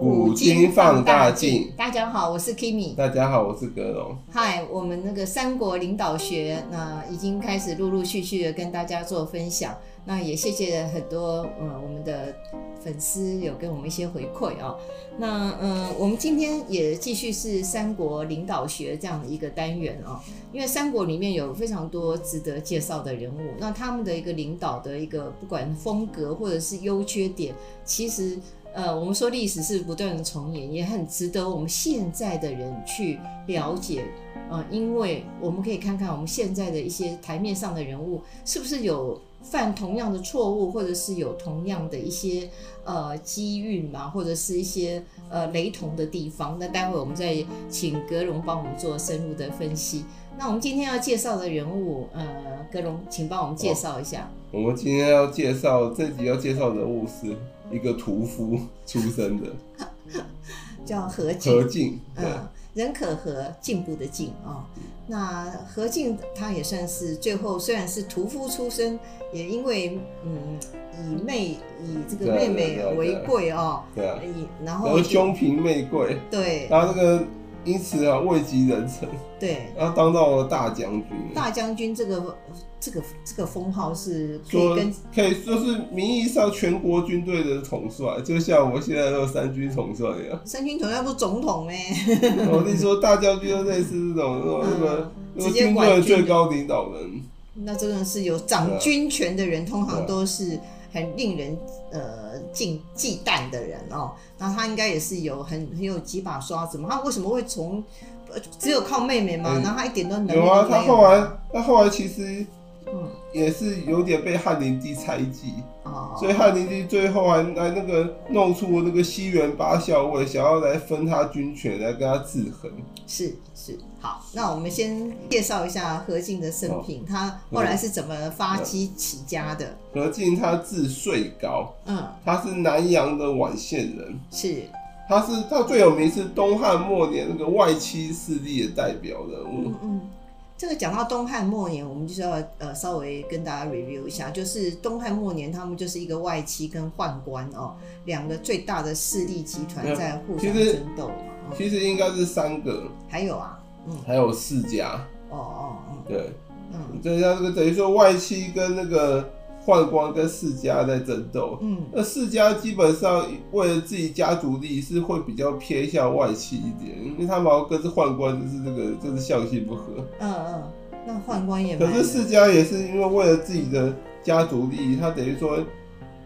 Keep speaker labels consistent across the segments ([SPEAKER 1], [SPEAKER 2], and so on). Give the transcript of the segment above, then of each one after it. [SPEAKER 1] 五金放大镜。
[SPEAKER 2] 大家好，我是 Kimi。
[SPEAKER 1] 大家好，我是格龙。
[SPEAKER 2] 嗨，我们那个三国领导学，那已经开始陆陆续续的跟大家做分享。那也谢谢很多呃我们的粉丝有给我们一些回馈哦。那嗯、呃，我们今天也继续是三国领导学这样的一个单元哦，因为三国里面有非常多值得介绍的人物，那他们的一个领导的一个不管风格或者是优缺点，其实呃我们说历史是不断的重演，也很值得我们现在的人去了解。呃，因为我们可以看看我们现在的一些台面上的人物是不是有犯同样的错误，或者是有同样的一些呃机遇嘛，或者是一些呃雷同的地方。那待会我们再请格隆帮我们做深入的分析。那我们今天要介绍的人物，呃，格隆，请帮我们介绍一下。
[SPEAKER 1] 我们今天要介绍这集要介绍的人物是一个屠夫出身 的
[SPEAKER 2] 叫何进，
[SPEAKER 1] 何进，对，
[SPEAKER 2] 嗯，人可和进步的进啊、哦。那何进他也算是最后虽然是屠夫出身，也因为嗯以妹以这个妹
[SPEAKER 1] 对
[SPEAKER 2] 妹
[SPEAKER 1] 对对
[SPEAKER 2] 为贵哦，
[SPEAKER 1] 对啊，
[SPEAKER 2] 以然
[SPEAKER 1] 然
[SPEAKER 2] 后
[SPEAKER 1] 后
[SPEAKER 2] 就
[SPEAKER 1] 兄嫔媚贵，
[SPEAKER 2] 对
[SPEAKER 1] 然后这个因此啊位极人臣，
[SPEAKER 2] 对
[SPEAKER 1] 然后当到了大将军。
[SPEAKER 2] 大将军这个这个这个封号是可以
[SPEAKER 1] 说
[SPEAKER 2] 跟
[SPEAKER 1] 可以说是名义上全国军队的统帅，就像我现在那个三军统帅一样。
[SPEAKER 2] 三军统帅不是总统哎、
[SPEAKER 1] 我跟你说，大将军就类似这种那种那个那个
[SPEAKER 2] 直接
[SPEAKER 1] 军
[SPEAKER 2] 管
[SPEAKER 1] 队的最
[SPEAKER 2] 军
[SPEAKER 1] 高领导人。
[SPEAKER 2] 那真的是有掌军权的人，通常都是很令人呃敬忌惮的人哦。那他应该也是有很很有几把刷子嘛。他为什么会从呃只有靠妹妹嘛？
[SPEAKER 1] 嗯
[SPEAKER 2] 然后他一点都能力都
[SPEAKER 1] 有
[SPEAKER 2] 没
[SPEAKER 1] 啊，他后来
[SPEAKER 2] 啊
[SPEAKER 1] 他后来其实
[SPEAKER 2] 嗯
[SPEAKER 1] 也是有点被汉灵帝猜忌，所以
[SPEAKER 2] 哦，
[SPEAKER 1] 汉灵帝最后还来那个弄出那个西园八校尉，想要来分他军权，来跟他制衡。
[SPEAKER 2] 是是好。那我们先介绍一下何进的生
[SPEAKER 1] 哦
[SPEAKER 2] 平，他后来是怎么发迹起家的？
[SPEAKER 1] 何进他字岁高，
[SPEAKER 2] 嗯，
[SPEAKER 1] 他是南阳的宛县人。
[SPEAKER 2] 是
[SPEAKER 1] 他是他最有名是东汉末年那个外戚势力的代表人物
[SPEAKER 2] 嗯，嗯，这个讲到东汉末年，我们就是要呃稍微跟大家 review 一下，就是东汉末年他们就是一个外戚跟宦官哦，两个最大的势力集团
[SPEAKER 1] 嗯
[SPEAKER 2] 在互
[SPEAKER 1] 其
[SPEAKER 2] 相
[SPEAKER 1] 实
[SPEAKER 2] 争斗嘛。哦
[SPEAKER 1] 其实应该是三个，
[SPEAKER 2] 还有啊，嗯，
[SPEAKER 1] 还有世家，
[SPEAKER 2] 哦哦哦，
[SPEAKER 1] 对，
[SPEAKER 2] 嗯
[SPEAKER 1] 这像这个等于说外戚跟那个宦官跟世家在争斗，
[SPEAKER 2] 嗯，
[SPEAKER 1] 那世家基本上为了自己家族利益是会比较偏向外戚一点，因为他们好像跟这宦官就是这个就是相性不合，
[SPEAKER 2] 嗯嗯，那宦官也
[SPEAKER 1] 可
[SPEAKER 2] 蛮
[SPEAKER 1] 是世家也是因为为了自己的家族利益，他等于说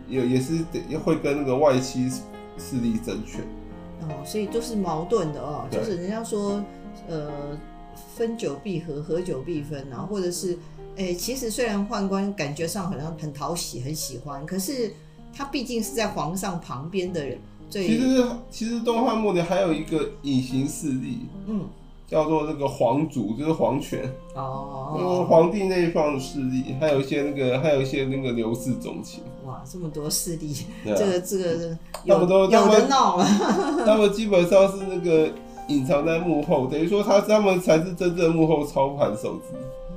[SPEAKER 1] 也也是得会跟那个外戚势力争权。
[SPEAKER 2] 哦，所以都是矛盾的哦，
[SPEAKER 1] 对
[SPEAKER 2] 就是人家说，呃，分久必合，合久必分啊，或者是，诶、其实虽然宦官感觉上好像很讨喜，很喜欢，可是他毕竟是在皇上旁边的人，所
[SPEAKER 1] 其
[SPEAKER 2] 以，
[SPEAKER 1] 实其实东汉末年还有一个隐形势力，
[SPEAKER 2] 嗯，
[SPEAKER 1] 叫做那个皇族，就是皇权，那个
[SPEAKER 2] 哦，
[SPEAKER 1] 皇帝那一方的势力，还有一些那个还有一些那个刘氏宗亲，
[SPEAKER 2] 哇，这么多势力，
[SPEAKER 1] 对
[SPEAKER 2] 这
[SPEAKER 1] 啊，
[SPEAKER 2] 个这个
[SPEAKER 1] 他们都
[SPEAKER 2] 有有
[SPEAKER 1] 他
[SPEAKER 2] 的
[SPEAKER 1] 们
[SPEAKER 2] 闹了，
[SPEAKER 1] 他们基本上是那个隐藏在幕后，等于说他他们才是真正幕后操盘手指。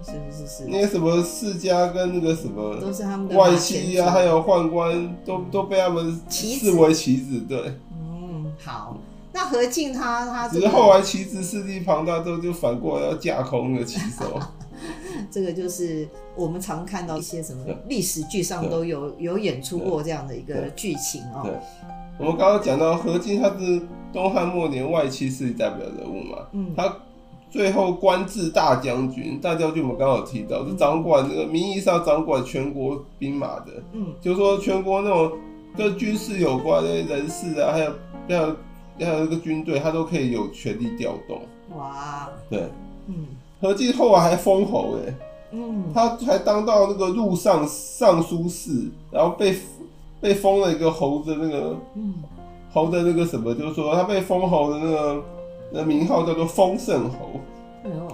[SPEAKER 2] 是是是
[SPEAKER 1] 那
[SPEAKER 2] 是，
[SPEAKER 1] 些什么世家跟那个什么
[SPEAKER 2] 都是他们的
[SPEAKER 1] 外
[SPEAKER 2] 马前
[SPEAKER 1] 戚
[SPEAKER 2] 卒
[SPEAKER 1] 啊，还有宦官，都都被他们
[SPEAKER 2] 棋
[SPEAKER 1] 视
[SPEAKER 2] 子
[SPEAKER 1] 为棋子，对。
[SPEAKER 2] 嗯，好，那何进他他这
[SPEAKER 1] 只是
[SPEAKER 2] 个
[SPEAKER 1] 后来棋子势力庞大之后，就反过来要架空那个棋手。
[SPEAKER 2] 这个就是我们常看到一些什么历史剧上都有有演出过这样的一个
[SPEAKER 1] 对
[SPEAKER 2] 剧情哦
[SPEAKER 1] 对。我们刚刚讲到何进，他是东汉末年外戚势力代表人物嘛，
[SPEAKER 2] 嗯，
[SPEAKER 1] 他最后官至大将军。大将军我们刚刚有提到，是掌管这个名义上掌管全国兵马的，
[SPEAKER 2] 嗯，
[SPEAKER 1] 就是说全国那种跟军事有关的人事啊，还有还有还有那个军队，他都可以有权力调动。
[SPEAKER 2] 哇，
[SPEAKER 1] 对，
[SPEAKER 2] 嗯
[SPEAKER 1] 何进后来还封侯哎、
[SPEAKER 2] 嗯，
[SPEAKER 1] 他还当到那个入上尚书事，然后被被封了一个侯的那个
[SPEAKER 2] 嗯，
[SPEAKER 1] 侯的那个什么，就是说他被封侯的那个那名号叫做封圣侯，
[SPEAKER 2] 哎呦，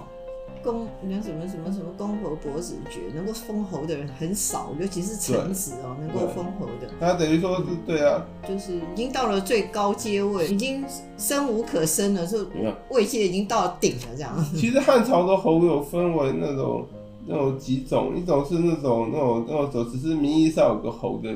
[SPEAKER 2] 公那什么什么什么公侯伯子爵，能够封侯的人很少，尤其是臣子哦，能够
[SPEAKER 1] 对
[SPEAKER 2] 封侯的，
[SPEAKER 1] 他等于说是对啊，
[SPEAKER 2] 就是已经到了最高阶位，已经生无可生了，是
[SPEAKER 1] 没有
[SPEAKER 2] 位阶已经到了顶了这样。
[SPEAKER 1] 其实汉朝的侯有分为那种那种几种，一种是那种那种那种只是名义上有个侯的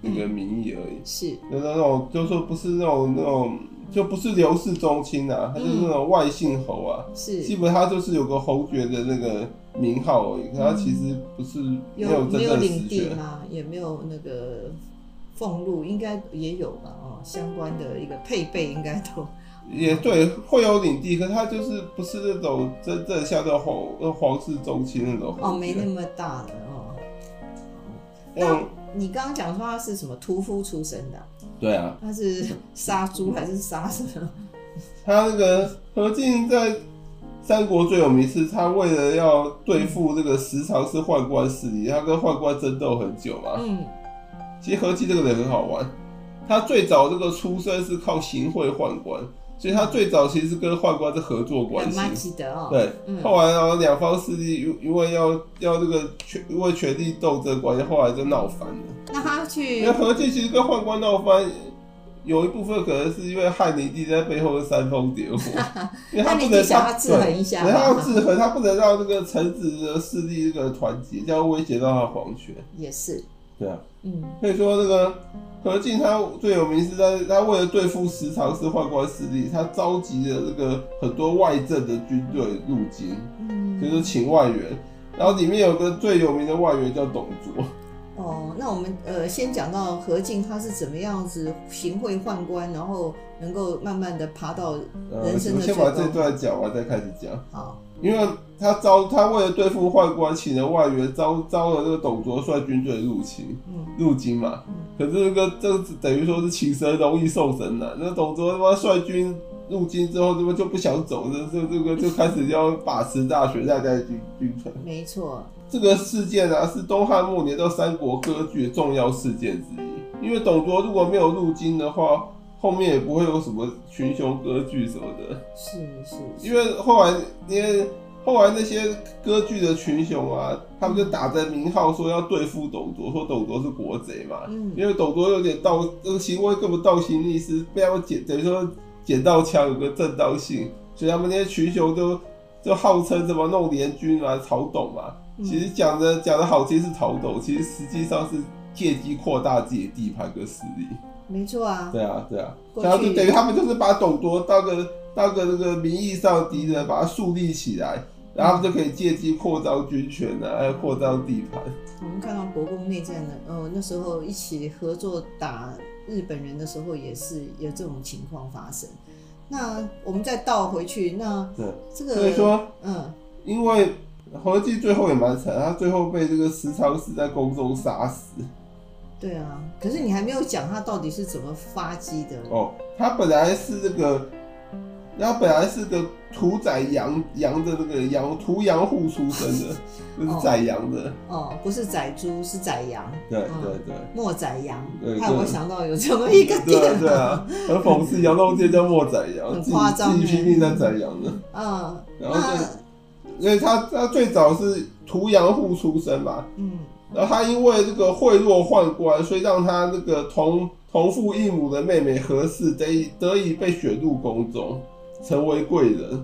[SPEAKER 1] 那个名义而已，
[SPEAKER 2] 是，
[SPEAKER 1] 有的那种就是说不是那种那种就不是刘氏宗亲啊，他就是那种外姓侯啊。基
[SPEAKER 2] 是
[SPEAKER 1] 本他就是有个侯爵的那个名号而已，可他其实不是没
[SPEAKER 2] 有
[SPEAKER 1] 有真
[SPEAKER 2] 没嗯有
[SPEAKER 1] 正的
[SPEAKER 2] 领
[SPEAKER 1] 实
[SPEAKER 2] 地
[SPEAKER 1] 权。
[SPEAKER 2] 吗？也没有那个俸禄，应该也有吧？哦，相关的一个配备应该都
[SPEAKER 1] 也对，会有领地，可他就是不是那种真正像那种皇呃皇室宗亲那种
[SPEAKER 2] 哦
[SPEAKER 1] 侯
[SPEAKER 2] 没
[SPEAKER 1] 爵。
[SPEAKER 2] 那么大了哦。
[SPEAKER 1] 那
[SPEAKER 2] 那你刚刚讲说他是什么屠夫出身的啊、
[SPEAKER 1] 对啊，
[SPEAKER 2] 他是杀猪还是杀什么？
[SPEAKER 1] 他那个何进在三国最有名是，他为了要对付这个时常是宦官势力，他跟宦官争斗很久嘛。
[SPEAKER 2] 嗯，
[SPEAKER 1] 其实何其这个人很好玩，他最早这个出身是靠行贿宦官，所以他最早其实是跟宦官是合作关
[SPEAKER 2] 两
[SPEAKER 1] 系
[SPEAKER 2] 妈。记得哦。
[SPEAKER 1] 对，
[SPEAKER 2] 嗯
[SPEAKER 1] 后来然后两方势力因因为要要这个权因为权力斗争关系，后来就闹翻了。
[SPEAKER 2] 那他
[SPEAKER 1] 因
[SPEAKER 2] 去
[SPEAKER 1] 为何进其实跟宦官闹翻，有一部分可能是因为汉灵帝在背后煽风点 火，因为他
[SPEAKER 2] 汉
[SPEAKER 1] 不
[SPEAKER 2] 灵
[SPEAKER 1] 能
[SPEAKER 2] 帝想要
[SPEAKER 1] 他
[SPEAKER 2] 制衡
[SPEAKER 1] 对
[SPEAKER 2] 一下
[SPEAKER 1] 对
[SPEAKER 2] 嘛
[SPEAKER 1] 他要制衡，他不能让这个臣子的势力这个团结，这样威胁到他的皇权。
[SPEAKER 2] 也是，
[SPEAKER 1] 对啊。
[SPEAKER 2] 嗯
[SPEAKER 1] 可以说这个何进他最有名是在他为了对付十常侍宦官势力，他召集了这个很多外镇的军队入京，就
[SPEAKER 2] 嗯。
[SPEAKER 1] 是请外援。然后里面有个最有名的外援叫董卓，
[SPEAKER 2] 哦，那我们呃先讲到何进他是怎么样子行贿宦官，然后能够慢慢的爬到
[SPEAKER 1] 呃，
[SPEAKER 2] 人生
[SPEAKER 1] 我
[SPEAKER 2] 的
[SPEAKER 1] 先
[SPEAKER 2] 最
[SPEAKER 1] 把
[SPEAKER 2] 高
[SPEAKER 1] 这
[SPEAKER 2] 峰。
[SPEAKER 1] 段讲完再开始讲，
[SPEAKER 2] 好，
[SPEAKER 1] 因为他招他为了对付宦官，请了外援，招招了这个董卓率军队入侵
[SPEAKER 2] 嗯，
[SPEAKER 1] 入京嘛。可是这个这等于说是请神容易送神难、那董卓他妈率军入京之后，他妈就不想走，这这这个就开始要把持大权，大家的军军权。
[SPEAKER 2] 没错，
[SPEAKER 1] 这个事件啊，是东汉末年到三国割据的重要事件之一。因为董卓如果没有入京的话，后面也不会有什么群雄割据什么的。
[SPEAKER 2] 是是是，
[SPEAKER 1] 因为后来，因为后来那些割据的群雄啊，他们就打着名号说要对付董卓，说董卓是国贼嘛。
[SPEAKER 2] 嗯，
[SPEAKER 1] 因为董卓有点盗，这个行为根本盗行逆施，被他们捡，等于说捡到枪有个正当性，所以他们那些群雄就就号称什么弄联军啊、曹董嘛，
[SPEAKER 2] 嗯
[SPEAKER 1] 其实讲的讲的好听是曹董，其实实际上是借机扩大自己的地盘跟势力。
[SPEAKER 2] 没错啊，
[SPEAKER 1] 对啊，对啊，
[SPEAKER 2] 过去
[SPEAKER 1] 然后就等于他们就是把董卓当个当个那个名义上的敌人，把他树立起来，然后他们就可以借机扩张军权啊，还有扩张地盘。
[SPEAKER 2] 我们看到国共内战的，呃，那时候一起合作打日本人的时候，也是有这种情况发生。那我们再倒回去，那
[SPEAKER 1] 对，
[SPEAKER 2] 这个，
[SPEAKER 1] 所以说。
[SPEAKER 2] 嗯，
[SPEAKER 1] 因为何进最后也蛮惨，他最后被这个石常氏在宫中杀死。
[SPEAKER 2] 对啊，可是你还没有讲他到底是怎么发迹的。
[SPEAKER 1] 哦，他本来是这个，他本来是个屠宰羊羊的那个羊屠羊户出身的，就是宰羊的。
[SPEAKER 2] 哦，不是宰猪，是宰羊，
[SPEAKER 1] 对
[SPEAKER 2] 嗯
[SPEAKER 1] 对对。
[SPEAKER 2] 莫宰羊
[SPEAKER 1] 对，
[SPEAKER 2] 害
[SPEAKER 1] 对
[SPEAKER 2] 我想到有这么一个
[SPEAKER 1] 对啊
[SPEAKER 2] 店。
[SPEAKER 1] 对啊，很讽刺，羊肉店叫莫宰羊，
[SPEAKER 2] 很
[SPEAKER 1] 自
[SPEAKER 2] 夸张
[SPEAKER 1] 己自己
[SPEAKER 2] 耶
[SPEAKER 1] 拼命在宰羊呢。
[SPEAKER 2] 嗯，
[SPEAKER 1] 啊然后
[SPEAKER 2] 那
[SPEAKER 1] 因为他他最早是屠羊户出身嘛，
[SPEAKER 2] 嗯，
[SPEAKER 1] 然后他因为这个贿赂宦官，所以让他那个同同父异母的妹妹何氏得以得以被选入宫中，成为贵人。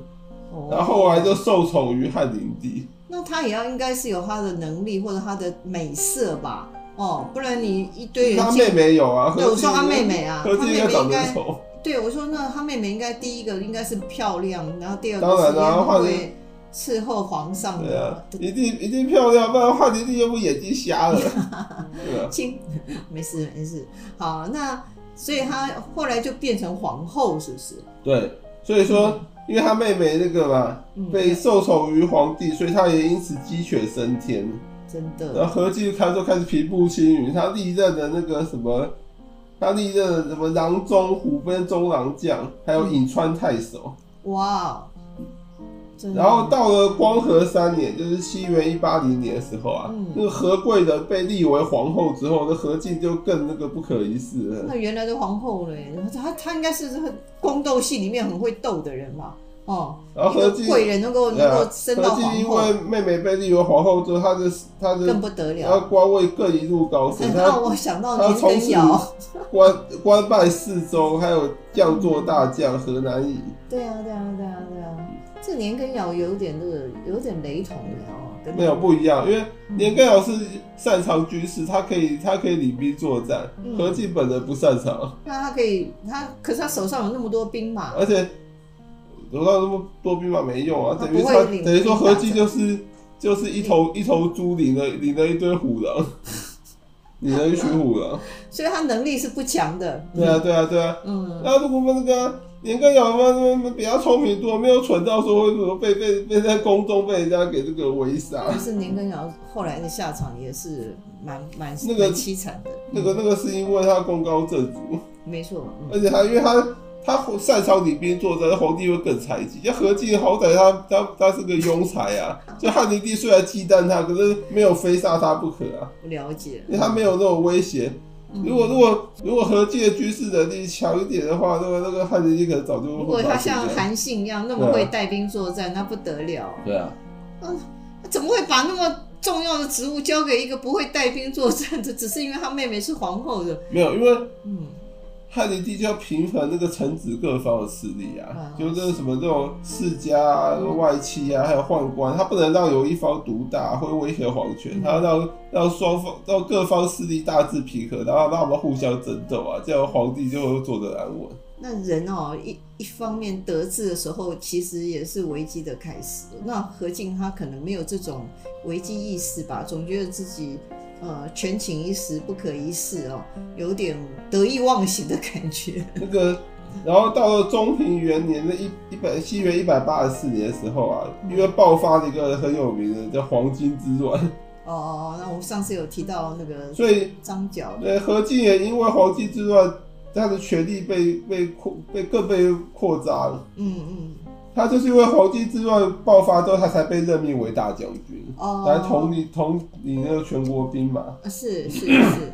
[SPEAKER 2] 哦
[SPEAKER 1] 然后后来就受宠于汉灵帝。
[SPEAKER 2] 那他也要应该是有他的能力或者他的美色吧？哦，不然你一堆人
[SPEAKER 1] 他
[SPEAKER 2] 进
[SPEAKER 1] 妹妹有啊，
[SPEAKER 2] 对，
[SPEAKER 1] 何
[SPEAKER 2] 我
[SPEAKER 1] 氏
[SPEAKER 2] 说他妹妹啊，
[SPEAKER 1] 何
[SPEAKER 2] 他
[SPEAKER 1] 氏
[SPEAKER 2] 妹
[SPEAKER 1] 应该
[SPEAKER 2] 妹
[SPEAKER 1] 长
[SPEAKER 2] 应
[SPEAKER 1] 得
[SPEAKER 2] 该，
[SPEAKER 1] 丑，
[SPEAKER 2] 对我说那他妹妹应该第一个应该是漂亮，然后第二
[SPEAKER 1] 当
[SPEAKER 2] 个
[SPEAKER 1] 然
[SPEAKER 2] 是
[SPEAKER 1] 啦
[SPEAKER 2] 也
[SPEAKER 1] 换
[SPEAKER 2] 很会伺候皇上
[SPEAKER 1] 对啊
[SPEAKER 2] 的，
[SPEAKER 1] 一定一定漂亮，不然汉灵帝要不眼睛瞎 了。对啊，
[SPEAKER 2] 亲， 没事没事。好，那所以他后来就变成皇后，是不是？
[SPEAKER 1] 对，所以说。因为他妹妹那个嘛，
[SPEAKER 2] 嗯，
[SPEAKER 1] 被受宠于皇帝，所以他也因此鸡犬升天。
[SPEAKER 2] 真
[SPEAKER 1] 然
[SPEAKER 2] 的，
[SPEAKER 1] 后何进他就开始平步青云，他历任的那个什么，他历任的什么郎中、虎贲中郎将，还有颍川太守。
[SPEAKER 2] 哇，真的
[SPEAKER 1] 然后到了光和三年，就是西元一八零年的时候啊，
[SPEAKER 2] 嗯
[SPEAKER 1] 那个何贵人被立为皇后之后，那何进就更那个不可一世了。
[SPEAKER 2] 那原来的皇后嘞，她她应该是这个宫斗戏里面很会斗的人吧？哦，
[SPEAKER 1] 然后何
[SPEAKER 2] 一
[SPEAKER 1] 进
[SPEAKER 2] 个贵人能够
[SPEAKER 1] 对
[SPEAKER 2] 能
[SPEAKER 1] 啊
[SPEAKER 2] 够升到
[SPEAKER 1] 何进
[SPEAKER 2] 皇
[SPEAKER 1] 因
[SPEAKER 2] 后
[SPEAKER 1] 为，妹妹被立为皇后之后，他的他
[SPEAKER 2] 更
[SPEAKER 1] 的
[SPEAKER 2] 不得
[SPEAKER 1] 他
[SPEAKER 2] 了。
[SPEAKER 1] 官位更一路高 升，他
[SPEAKER 2] 让我想到
[SPEAKER 1] 他
[SPEAKER 2] 年
[SPEAKER 1] 从
[SPEAKER 2] 羹
[SPEAKER 1] 此
[SPEAKER 2] 尧。
[SPEAKER 1] 官官拜四州，还有将作大将河南尹。
[SPEAKER 2] 对啊，对啊，对啊，对啊，这年羹尧有点那个，有点雷同的哦。对不
[SPEAKER 1] 没
[SPEAKER 2] 对？
[SPEAKER 1] 有不一样，因为年羹尧是擅长军事，他可以他可以领兵作战，
[SPEAKER 2] 嗯
[SPEAKER 1] 何进本人不擅长，
[SPEAKER 2] 那他可以，他可是他手上有那么多兵马，
[SPEAKER 1] 而且得到那么多兵马没用啊，
[SPEAKER 2] 他
[SPEAKER 1] 等于
[SPEAKER 2] 不
[SPEAKER 1] 他
[SPEAKER 2] 会领
[SPEAKER 1] 等于说
[SPEAKER 2] 兵打
[SPEAKER 1] 何进就是就是一头一头猪领了领了一堆虎狼， 领了一群虎狼，
[SPEAKER 2] 所以他能力是不强的。
[SPEAKER 1] 对啊对啊对啊，
[SPEAKER 2] 嗯，
[SPEAKER 1] 那如果那个年羹尧嘛，那么比较聪明多，没有蠢到说为什么被被被在宫中被人家给这个围杀，
[SPEAKER 2] 但是年羹尧后来的下场也是蛮蛮
[SPEAKER 1] 那个
[SPEAKER 2] 蛮凄惨的。
[SPEAKER 1] 那个那个是因为他功高震主。
[SPEAKER 2] 没错，嗯
[SPEAKER 1] 而且他因为他他擅长领兵作战，皇帝会更猜忌。那何进好歹他他他是个庸才啊，就汉灵帝虽然忌惮他，可是没有非杀他不可啊，
[SPEAKER 2] 我了解。
[SPEAKER 1] 因为他没有那种威胁。
[SPEAKER 2] 嗯
[SPEAKER 1] 如果如果如果何进的军事能力强一点的话，那个那个汉灵帝可能早就
[SPEAKER 2] 如果他像
[SPEAKER 1] 汉
[SPEAKER 2] 韩信一样那
[SPEAKER 1] 对
[SPEAKER 2] 么
[SPEAKER 1] 啊
[SPEAKER 2] 会带兵作战，那不得了。
[SPEAKER 1] 对啊，
[SPEAKER 2] 怎么会把那么重要的职务交给一个不会带兵作战的？只是因为他妹妹是皇后的。
[SPEAKER 1] 没有，因为
[SPEAKER 2] 嗯，
[SPEAKER 1] 汉灵帝就要平衡那个臣子各方的势力啊
[SPEAKER 2] 嗯，
[SPEAKER 1] 就那什么这种世家啊、外戚啊，还有宦官，他不能让有一方独大，会威胁皇权，
[SPEAKER 2] 嗯
[SPEAKER 1] 他要让让双方让各方势力大致平衡，然后让他们互相争斗啊，这样皇帝就会坐得安稳。
[SPEAKER 2] 那人哦，一一方面得志的时候，其实也是危机的开始。那何进他可能没有这种危机意识吧，总觉得自己呃权倾一时不可一世哦，有点得意忘形的感觉。
[SPEAKER 1] 那个，然后到了中平元年的一一百西元一百八十四年的时候啊，因为爆发了一个很有名的叫黄巾之乱，
[SPEAKER 2] 哦哦，哦那我们上次有提到那个
[SPEAKER 1] 所以
[SPEAKER 2] 张角，
[SPEAKER 1] 对，何进也因为黄巾之乱，他的权力被被扩被更被扩张。
[SPEAKER 2] 嗯嗯，
[SPEAKER 1] 他就是因为黄巾之乱爆发之后，他才被任命为大将军，
[SPEAKER 2] 哦，
[SPEAKER 1] 来统领统领那个全国兵马。
[SPEAKER 2] 啊，是是 是，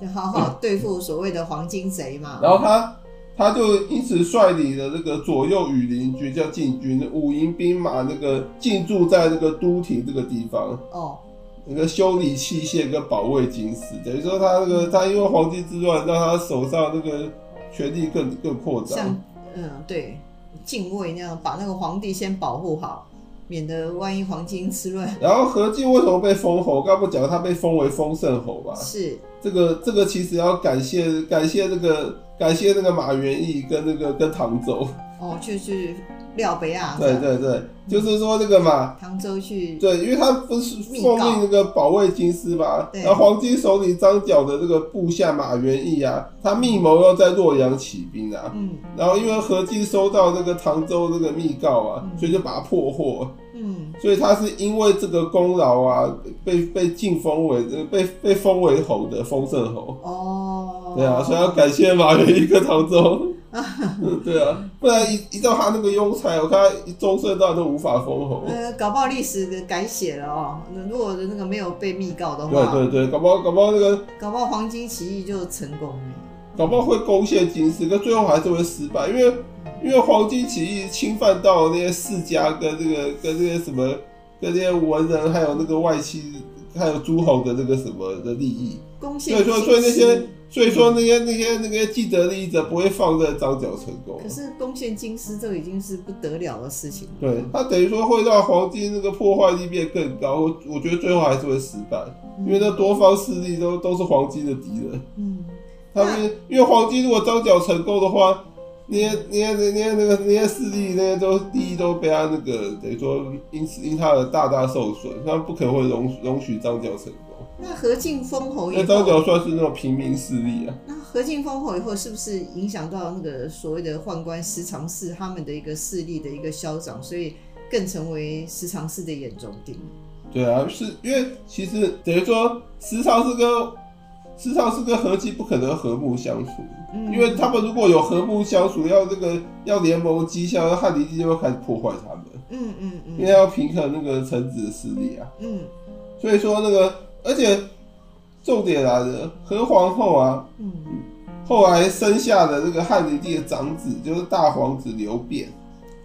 [SPEAKER 2] 就好好对付所谓的黄金贼嘛。
[SPEAKER 1] 然后他他就因此率领了那个左右羽林军，叫禁军，五营兵马那个进驻在那个都亭这个地方。
[SPEAKER 2] 哦，
[SPEAKER 1] 那个修理器械跟保卫金石，等于说他那个他因为黄巾之乱，让他手上那个权力更更扩张。
[SPEAKER 2] 像嗯对，敬畏那样，把那个皇帝先保护好，免得万一黄金之乱
[SPEAKER 1] 然后何进为什么被封侯？刚不讲他被封为封圣侯吧？
[SPEAKER 2] 是
[SPEAKER 1] 这个这个其实要感谢感谢那个感谢那个马元义跟那个跟唐周，
[SPEAKER 2] 哦，就是廖北亚
[SPEAKER 1] 对对对，就是说那个嘛，
[SPEAKER 2] 唐州去
[SPEAKER 1] 对，因为他不是
[SPEAKER 2] 密
[SPEAKER 1] 奉
[SPEAKER 2] 告
[SPEAKER 1] 命那个保卫京师嘛，
[SPEAKER 2] 对
[SPEAKER 1] 然后黄金手里张角的那个部下马元义啊，他密谋要在洛阳起兵啊。
[SPEAKER 2] 嗯
[SPEAKER 1] 然后因为何进收到那个唐州那个密告啊，
[SPEAKER 2] 嗯
[SPEAKER 1] 所以就把他破获。
[SPEAKER 2] 嗯
[SPEAKER 1] 所以他是因为这个功劳啊，被被晋封为呃被被封为侯的封圣侯。
[SPEAKER 2] 哦，
[SPEAKER 1] 对啊，所以要感谢马云一个唐宗。 嗯对啊，不然一一到他那个庸才，我看他一终身到都无法封侯。
[SPEAKER 2] 呃，搞不好历史给改写了哦。那如果那个没有被密告的话，
[SPEAKER 1] 对对对，搞不好搞不好那个
[SPEAKER 2] 搞不好黄金起义就成功了。
[SPEAKER 1] 搞不好会攻陷京师，可最后还是会失败，因为因为黄巾起义侵犯到那些世家跟这个跟这些什么跟这些文人还有那个外戚还有诸侯的那个什么的利益，
[SPEAKER 2] 攻
[SPEAKER 1] 所
[SPEAKER 2] 陷
[SPEAKER 1] 以说所以那
[SPEAKER 2] 京
[SPEAKER 1] 些
[SPEAKER 2] 师
[SPEAKER 1] 所以说那些那些那些既得利益者不会放任张角成功。
[SPEAKER 2] 可是攻陷京师，这个已经是不得了的事情了。
[SPEAKER 1] 对，他等于说会让黄金那个破坏力变更高，我我觉得最后还是会失败，
[SPEAKER 2] 嗯
[SPEAKER 1] 因为那多方势力都都是黄金的敌人。
[SPEAKER 2] 嗯，
[SPEAKER 1] 他们因为黄金如果张角成功的话，那些那些那些那个那些势力那些都利益都被他那个等于说因此因他而大大受损，他不可能会容容许张角成功。
[SPEAKER 2] 那何进封侯
[SPEAKER 1] 因
[SPEAKER 2] 以
[SPEAKER 1] 为张
[SPEAKER 2] 后，
[SPEAKER 1] 角算是那种平民势力啊，
[SPEAKER 2] 那何进封侯以后，是不是影响到那个所谓的宦官十常侍他们的一个势力的一个消长，所以更成为十常侍的眼中钉？
[SPEAKER 1] 对啊，是因为其实等于说时常是跟时常是跟何其不可能和睦相处。
[SPEAKER 2] 嗯，
[SPEAKER 1] 因为他们如果有和睦相处，要这个要联盟迹象，汉灵帝就会开始破坏他们，
[SPEAKER 2] 嗯嗯
[SPEAKER 1] 因
[SPEAKER 2] 嗯
[SPEAKER 1] 为要平衡那个臣子的势力啊。
[SPEAKER 2] 嗯
[SPEAKER 1] 所以说那个，而且重点来了，何皇后啊，
[SPEAKER 2] 嗯，
[SPEAKER 1] 后来生下了那个汉灵帝的长子，就是大皇子刘辩。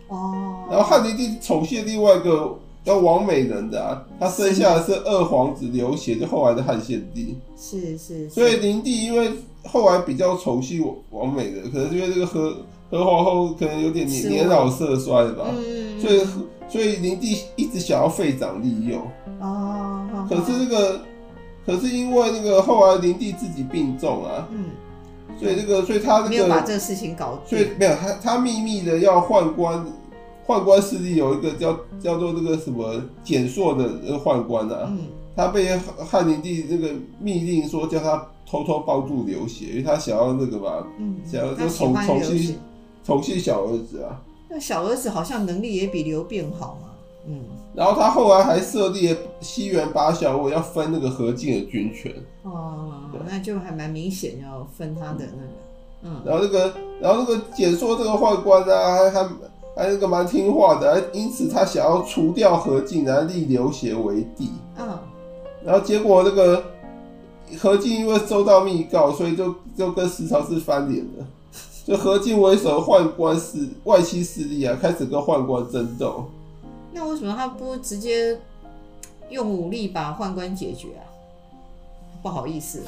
[SPEAKER 2] 哦，
[SPEAKER 1] 然后汉灵帝宠幸另外一个叫王美人的啊，他生下的是二皇子刘协，就后来的汉献帝。
[SPEAKER 2] 是是，是
[SPEAKER 1] 所以灵帝因为后来比较宠幸王美人，可能因为这个和和皇后可能有点年
[SPEAKER 2] 是
[SPEAKER 1] 年老色衰吧，
[SPEAKER 2] 嗯，
[SPEAKER 1] 所以所以灵帝一直想要废长立幼。
[SPEAKER 2] 哦，好
[SPEAKER 1] 可是
[SPEAKER 2] 好
[SPEAKER 1] 这个，可是因为那个后来灵帝自己病重啊，
[SPEAKER 2] 嗯，
[SPEAKER 1] 所以这个，所以他
[SPEAKER 2] 没
[SPEAKER 1] 这
[SPEAKER 2] 有把
[SPEAKER 1] 个，
[SPEAKER 2] 这个事情搞
[SPEAKER 1] 所以
[SPEAKER 2] 定。
[SPEAKER 1] 没有他，他秘密的要宦官，宦官势力有一个叫叫做那个什么简硕的呃宦官啊，
[SPEAKER 2] 嗯，
[SPEAKER 1] 他被汉灵帝那个密令说叫他偷偷帮助刘协，因为他想要那个嘛，
[SPEAKER 2] 嗯，
[SPEAKER 1] 想要
[SPEAKER 2] 他
[SPEAKER 1] 就
[SPEAKER 2] 喜
[SPEAKER 1] 宠
[SPEAKER 2] 欢
[SPEAKER 1] 宠
[SPEAKER 2] 刘
[SPEAKER 1] 幸
[SPEAKER 2] 协，
[SPEAKER 1] 宠幸小儿子啊。
[SPEAKER 2] 那小儿子好像能力也比刘辩好嘛。嗯，
[SPEAKER 1] 然后他后来还设立了西园八小我要分那个何进的军权。
[SPEAKER 2] 哦，那就还蛮明显要分他的那个。嗯，
[SPEAKER 1] 然后那个，然后那个简硕这个宦官啊，还还还那个蛮听话的，还因此他想要除掉何进，然后立刘协为帝。
[SPEAKER 2] 嗯，
[SPEAKER 1] 然后结果那个何进因为收到密告，所以就就跟石朝氏翻脸了。就何进为首的宦官势外戚势力啊，开始跟宦官争斗。
[SPEAKER 2] 那为什么他不直接用武力把宦官解决啊？不好意 思，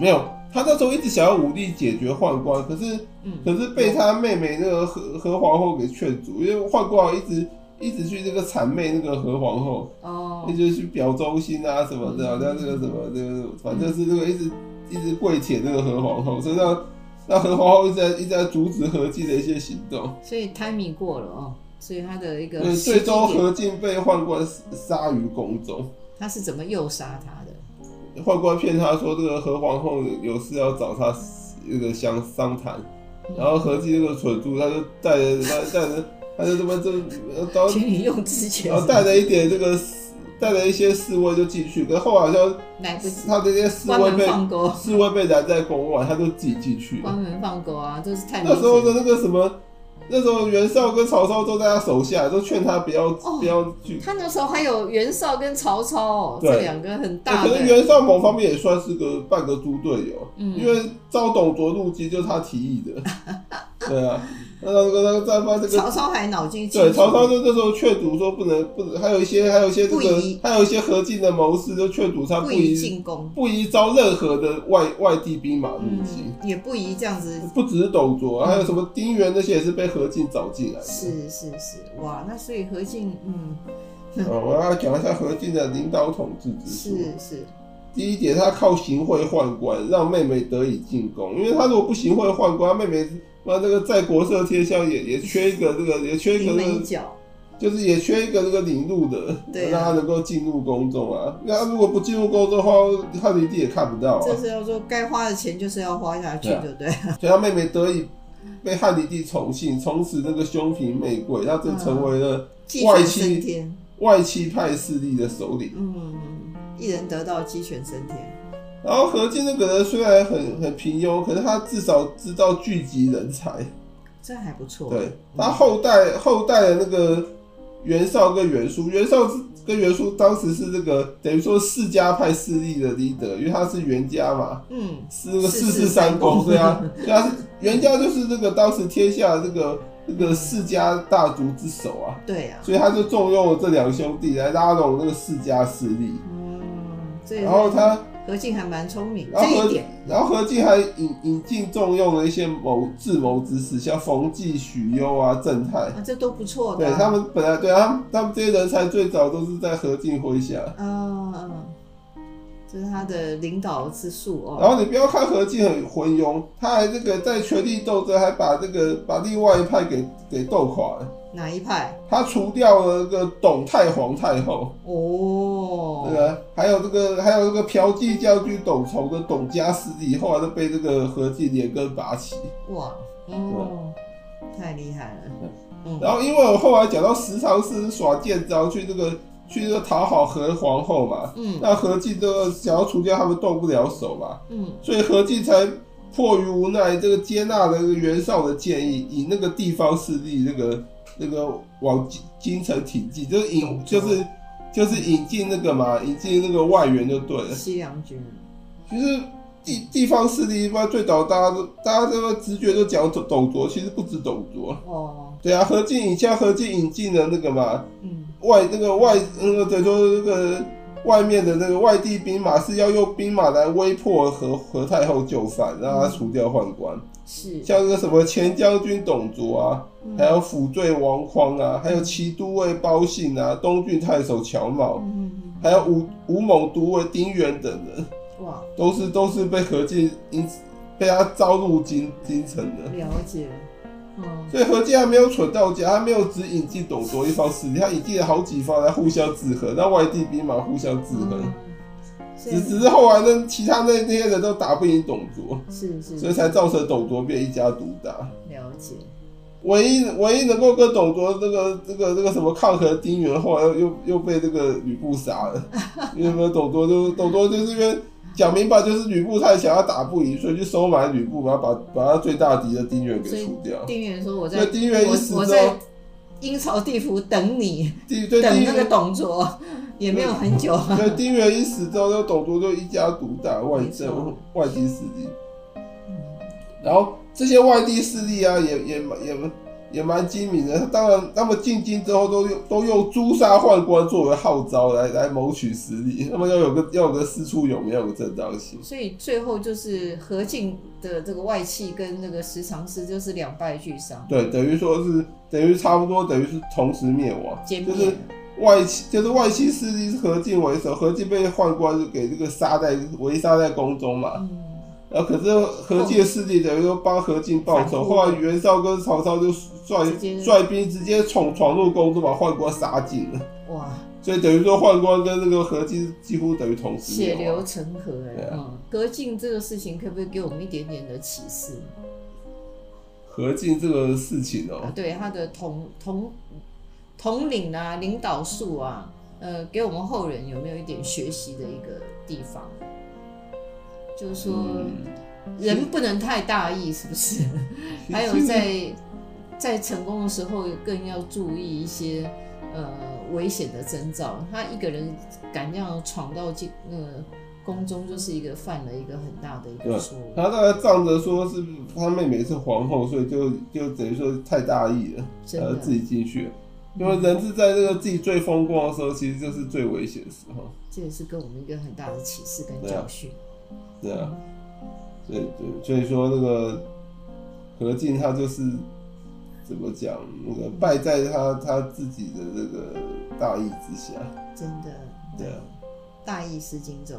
[SPEAKER 1] 没有，他那时候一直想要武力解决宦官，可是
[SPEAKER 2] 嗯，
[SPEAKER 1] 可是被他妹妹那个何何皇后给劝阻，因为宦官好像一直一直去这个谄媚那个何皇后。
[SPEAKER 2] 哦嗯
[SPEAKER 1] 那，就是去表忠心啊什么的，好像那个什么那个，反正是那个一直一直跪舔那个何皇
[SPEAKER 2] 嗯
[SPEAKER 1] 后，所以让让何皇后一直在一直在阻止何进的一些行动。
[SPEAKER 2] 所以 timing 过了哦，所以他的一个
[SPEAKER 1] 对，
[SPEAKER 2] 时
[SPEAKER 1] 最
[SPEAKER 2] 机
[SPEAKER 1] 终
[SPEAKER 2] 点
[SPEAKER 1] 何进被宦官杀于宫中，
[SPEAKER 2] 他是怎么诱杀他的？
[SPEAKER 1] 宦官骗他说这个何皇后有事要找他那个相商谈，
[SPEAKER 2] 嗯
[SPEAKER 1] 然后何进那个蠢猪他就带着他带着他就这么这 当
[SPEAKER 2] 请你用之前
[SPEAKER 1] 然后带着一点这个带着一些侍卫就进去，可是后来好像
[SPEAKER 2] 来不及，
[SPEAKER 1] 他的那些侍
[SPEAKER 2] 关
[SPEAKER 1] 卫
[SPEAKER 2] 门
[SPEAKER 1] 被。
[SPEAKER 2] 放狗，
[SPEAKER 1] 侍卫被拦在宫外，他就自己进去了。
[SPEAKER 2] 关门放狗啊，这是太明
[SPEAKER 1] 那时候
[SPEAKER 2] 显
[SPEAKER 1] 的
[SPEAKER 2] 了。
[SPEAKER 1] 那个什么，那时候袁绍跟曹操都在他手下，都劝他不要、
[SPEAKER 2] 哦
[SPEAKER 1] 不要去。
[SPEAKER 2] 他那时候还有袁绍跟曹操哦、
[SPEAKER 1] 对
[SPEAKER 2] 这两个很大
[SPEAKER 1] 哎可能
[SPEAKER 2] 的，
[SPEAKER 1] 袁绍某方面也算是个半个猪队友，
[SPEAKER 2] 嗯
[SPEAKER 1] 因为招董卓入京就是他提议 的。对啊，那那个那个战犯这个。
[SPEAKER 2] 曹操还脑筋清楚
[SPEAKER 1] 对，曹操就这时候劝阻说不能不能，还有一些还有一些这
[SPEAKER 2] 不
[SPEAKER 1] 个
[SPEAKER 2] 宜
[SPEAKER 1] 还有一些何进的谋士就劝阻他
[SPEAKER 2] 不
[SPEAKER 1] 不
[SPEAKER 2] 宜
[SPEAKER 1] 宜
[SPEAKER 2] 进攻，
[SPEAKER 1] 不宜招任何的外外地兵马入
[SPEAKER 2] 嗯
[SPEAKER 1] 京。，
[SPEAKER 2] 也不宜这样子。
[SPEAKER 1] 不只是董卓，啊
[SPEAKER 2] 嗯
[SPEAKER 1] 还有什么丁原那些也是被何进找进来的。
[SPEAKER 2] 是是是，哇，那所以何进，嗯，
[SPEAKER 1] 哦，我要讲一下何进的领导统治之术。
[SPEAKER 2] 是是，
[SPEAKER 1] 第一点，他靠行贿宦官，让妹妹得以进宫。因为他如果不行贿宦官，妹妹那这个在国色天香也也缺一个这个也缺一个
[SPEAKER 2] 临
[SPEAKER 1] 那
[SPEAKER 2] 门一
[SPEAKER 1] 个，
[SPEAKER 2] 脚，
[SPEAKER 1] 就是也缺一个那个领路的，
[SPEAKER 2] 对啊
[SPEAKER 1] 让他能够进入宫中啊。那他如果不进入宫中的话，汉灵帝也看不到啊。
[SPEAKER 2] 这是要说该花的钱就是要花下去，
[SPEAKER 1] 对啊
[SPEAKER 2] 对不 对？
[SPEAKER 1] 所以他妹妹得以被汉灵帝宠幸，从此那个胸襟媚贵，他
[SPEAKER 2] 啊
[SPEAKER 1] 就成为了
[SPEAKER 2] 鸡
[SPEAKER 1] 外
[SPEAKER 2] 犬
[SPEAKER 1] 戚
[SPEAKER 2] 升天，
[SPEAKER 1] 外戚派势力的首领。
[SPEAKER 2] 嗯，一人得道，鸡犬升天，
[SPEAKER 1] 然后何进那个人虽然很很平庸，可是他至少知道聚集人才。
[SPEAKER 2] 这还不错。
[SPEAKER 1] 对
[SPEAKER 2] 嗯，
[SPEAKER 1] 他后代后代的那个袁绍跟袁术，袁绍是跟袁术当时是这个等于说世家派势力的 leader，因为他是袁家嘛，
[SPEAKER 2] 嗯，
[SPEAKER 1] 是那个
[SPEAKER 2] 四
[SPEAKER 1] 四世
[SPEAKER 2] 世
[SPEAKER 1] 三
[SPEAKER 2] 三
[SPEAKER 1] 公，
[SPEAKER 2] 公
[SPEAKER 1] 对啊，对啊，是袁家就是这个当时天下这个这个世家大族之首啊，
[SPEAKER 2] 对呀、啊，
[SPEAKER 1] 所以他就重用了这两兄弟来拉拢那个世家势力。
[SPEAKER 2] 嗯，这也是
[SPEAKER 1] 然后他
[SPEAKER 2] 何进还蛮聪明，
[SPEAKER 1] 然
[SPEAKER 2] 这
[SPEAKER 1] 后
[SPEAKER 2] 一
[SPEAKER 1] 何
[SPEAKER 2] 点，
[SPEAKER 1] 然后何进还引引进重用了一些谋智谋之士，像冯骥、许攸啊、郑泰，
[SPEAKER 2] 啊，这都不错的
[SPEAKER 1] 对
[SPEAKER 2] 啊、
[SPEAKER 1] 他们本来对他们他们这些人才最早都是在何进麾下。
[SPEAKER 2] 嗯，嗯，这是他的领导之术
[SPEAKER 1] 然
[SPEAKER 2] 哦。
[SPEAKER 1] 后你不要看何进很昏庸，他还这个在权力斗争还把这个把另外一派给给斗垮了。
[SPEAKER 2] 哪一派？
[SPEAKER 1] 他除掉了那个董太、皇太后，
[SPEAKER 2] 哦，
[SPEAKER 1] 那个还有这个还有这个嫖妓将军董崇的董家势力，后来都被这个何进连根拔起。
[SPEAKER 2] 哇，哦，太厉害了。嗯，
[SPEAKER 1] 然后因为我后来讲到时常是耍剑招去这个去这个讨好何皇后嘛，
[SPEAKER 2] 嗯
[SPEAKER 1] 那何进这个想要除掉他们动不了手嘛，
[SPEAKER 2] 嗯，
[SPEAKER 1] 所以何进才迫于无奈，这个接纳了袁绍的建议，以那个地方势力那个那个往京京城挺进，就是引就是就是引进那个嘛，引进那个外援就对了。
[SPEAKER 2] 西凉军，
[SPEAKER 1] 其实地地方势力一般最早大家都大家这个直觉都讲董董卓，其实不止董卓。
[SPEAKER 2] 哦，
[SPEAKER 1] 对啊，何进引像何进引进了那个嘛
[SPEAKER 2] 嗯
[SPEAKER 1] 外那个外那个等于说那个外面的那个外地兵马是要用兵马来威迫和和太后就范，让他除掉宦官。
[SPEAKER 2] 是，
[SPEAKER 1] 像那个什么前将军董卓啊，
[SPEAKER 2] 嗯
[SPEAKER 1] 还有辅罪王匡啊，还有骑都尉包信啊，东郡太守乔瑁，
[SPEAKER 2] 嗯嗯
[SPEAKER 1] 还有吴吴猛都尉丁原等人，
[SPEAKER 2] 嗯，哇，
[SPEAKER 1] 都是都是被何进因被他招入京京城的。
[SPEAKER 2] 了解，嗯，
[SPEAKER 1] 所以何进还没有蠢到家，他没有只引进董卓一方势力，他引进了好几方来互相制衡，让外地兵马互相制衡。
[SPEAKER 2] 嗯，所
[SPEAKER 1] 只
[SPEAKER 2] 以
[SPEAKER 1] 只是后来那其他那那些人都打不赢董卓，
[SPEAKER 2] 是
[SPEAKER 1] 所以
[SPEAKER 2] 是
[SPEAKER 1] 才造成董卓变一家独大。
[SPEAKER 2] 了解，
[SPEAKER 1] 唯一唯一能够跟董卓那个那个那个什么抗衡的丁原，后来又又又被那个吕布杀 了，因为什么董卓就董卓就是因为讲明白就是吕布太强，他打不赢，所以就收买吕布，然后把把他最大敌的丁原
[SPEAKER 2] 所
[SPEAKER 1] 给
[SPEAKER 2] 以
[SPEAKER 1] 除掉。
[SPEAKER 2] 丁原说我在
[SPEAKER 1] 对丁原一死
[SPEAKER 2] 我我
[SPEAKER 1] 之后
[SPEAKER 2] 在阴曹地府等你，
[SPEAKER 1] 丁对
[SPEAKER 2] 等
[SPEAKER 1] 丁
[SPEAKER 2] 那个
[SPEAKER 1] 原
[SPEAKER 2] 董卓也没有很久啊，
[SPEAKER 1] 对丁原一死之后，就董卓就一家独大，外
[SPEAKER 2] 没
[SPEAKER 1] 政
[SPEAKER 2] 错
[SPEAKER 1] 外敌势力。
[SPEAKER 2] 嗯
[SPEAKER 1] 然后这些外地势力啊，也也蛮也蛮也蛮精明的。当然，他们进京之后都用都用诛杀宦官作为号召来来谋取实力，他们要有个要有个师出有名，要有个正当性。
[SPEAKER 2] 所以最后就是何进的这个外戚跟那个十常侍就是两败俱伤，
[SPEAKER 1] 对，等于说是等于差不多等于是同时灭亡，
[SPEAKER 2] 歼
[SPEAKER 1] 就
[SPEAKER 2] 灭
[SPEAKER 1] 是
[SPEAKER 2] 了。
[SPEAKER 1] 外戚就是外戚势力是何进为首，何进被宦官给这个杀在围杀在宫中嘛，
[SPEAKER 2] 嗯，
[SPEAKER 1] 然后啊可是何进的势力等于说帮何进报
[SPEAKER 2] 反
[SPEAKER 1] 仇，
[SPEAKER 2] 扑
[SPEAKER 1] 后来袁绍跟曹操就
[SPEAKER 2] 直接
[SPEAKER 1] 率率兵直接闯闯入宫中，把宦官杀尽了。
[SPEAKER 2] 哇，
[SPEAKER 1] 所以等于说宦官跟那个何进几乎等于同时
[SPEAKER 2] 血
[SPEAKER 1] 灭
[SPEAKER 2] 流
[SPEAKER 1] 亡。
[SPEAKER 2] 成河哎、
[SPEAKER 1] 对啊
[SPEAKER 2] 嗯，何进这个事情可不可以给我们一点点的启示
[SPEAKER 1] 何进这个事情哦、
[SPEAKER 2] 啊？对他的统统统领啊、领导术啊，呃，给我们后人有没有一点学习的一个地方？就是说，
[SPEAKER 1] 嗯，
[SPEAKER 2] 人不能太大意，是不是？
[SPEAKER 1] 其
[SPEAKER 2] 还有
[SPEAKER 1] 其实
[SPEAKER 2] 在在成功的时候，更要注意一些呃危险的征兆。他一个人敢这样闯到进那个宫中，就是一个犯了一个很大的一个
[SPEAKER 1] 对
[SPEAKER 2] 错误。
[SPEAKER 1] 他大概仗着说是他妹妹是皇后，所以就就等于说太大意了，
[SPEAKER 2] 真
[SPEAKER 1] 然后
[SPEAKER 2] 的，
[SPEAKER 1] 呃自己进去了。因为人是在这个自己最风光的时候，其实就是最危险的时候。
[SPEAKER 2] 这也是给我们一个很大的启示跟
[SPEAKER 1] 对啊
[SPEAKER 2] 教训。
[SPEAKER 1] 对啊，对对，所以说那个何进他就是怎么讲，那个败在他他自己的这个大义之下。
[SPEAKER 2] 真的，
[SPEAKER 1] 对啊，
[SPEAKER 2] 大意失荆州。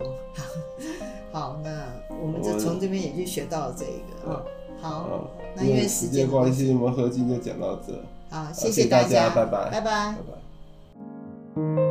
[SPEAKER 2] 好，那我们
[SPEAKER 1] 我
[SPEAKER 2] 就
[SPEAKER 1] 们
[SPEAKER 2] 从这边也就学到了这一
[SPEAKER 1] 对
[SPEAKER 2] 个。
[SPEAKER 1] 啊
[SPEAKER 2] 嗯，好，
[SPEAKER 1] 啊，
[SPEAKER 2] 那因为时间的
[SPEAKER 1] 关系，我们何进就讲到这，
[SPEAKER 2] 好，
[SPEAKER 1] 谢
[SPEAKER 2] 谢谢
[SPEAKER 1] 大
[SPEAKER 2] 大家，
[SPEAKER 1] 拜拜，
[SPEAKER 2] 拜拜
[SPEAKER 1] 拜。拜。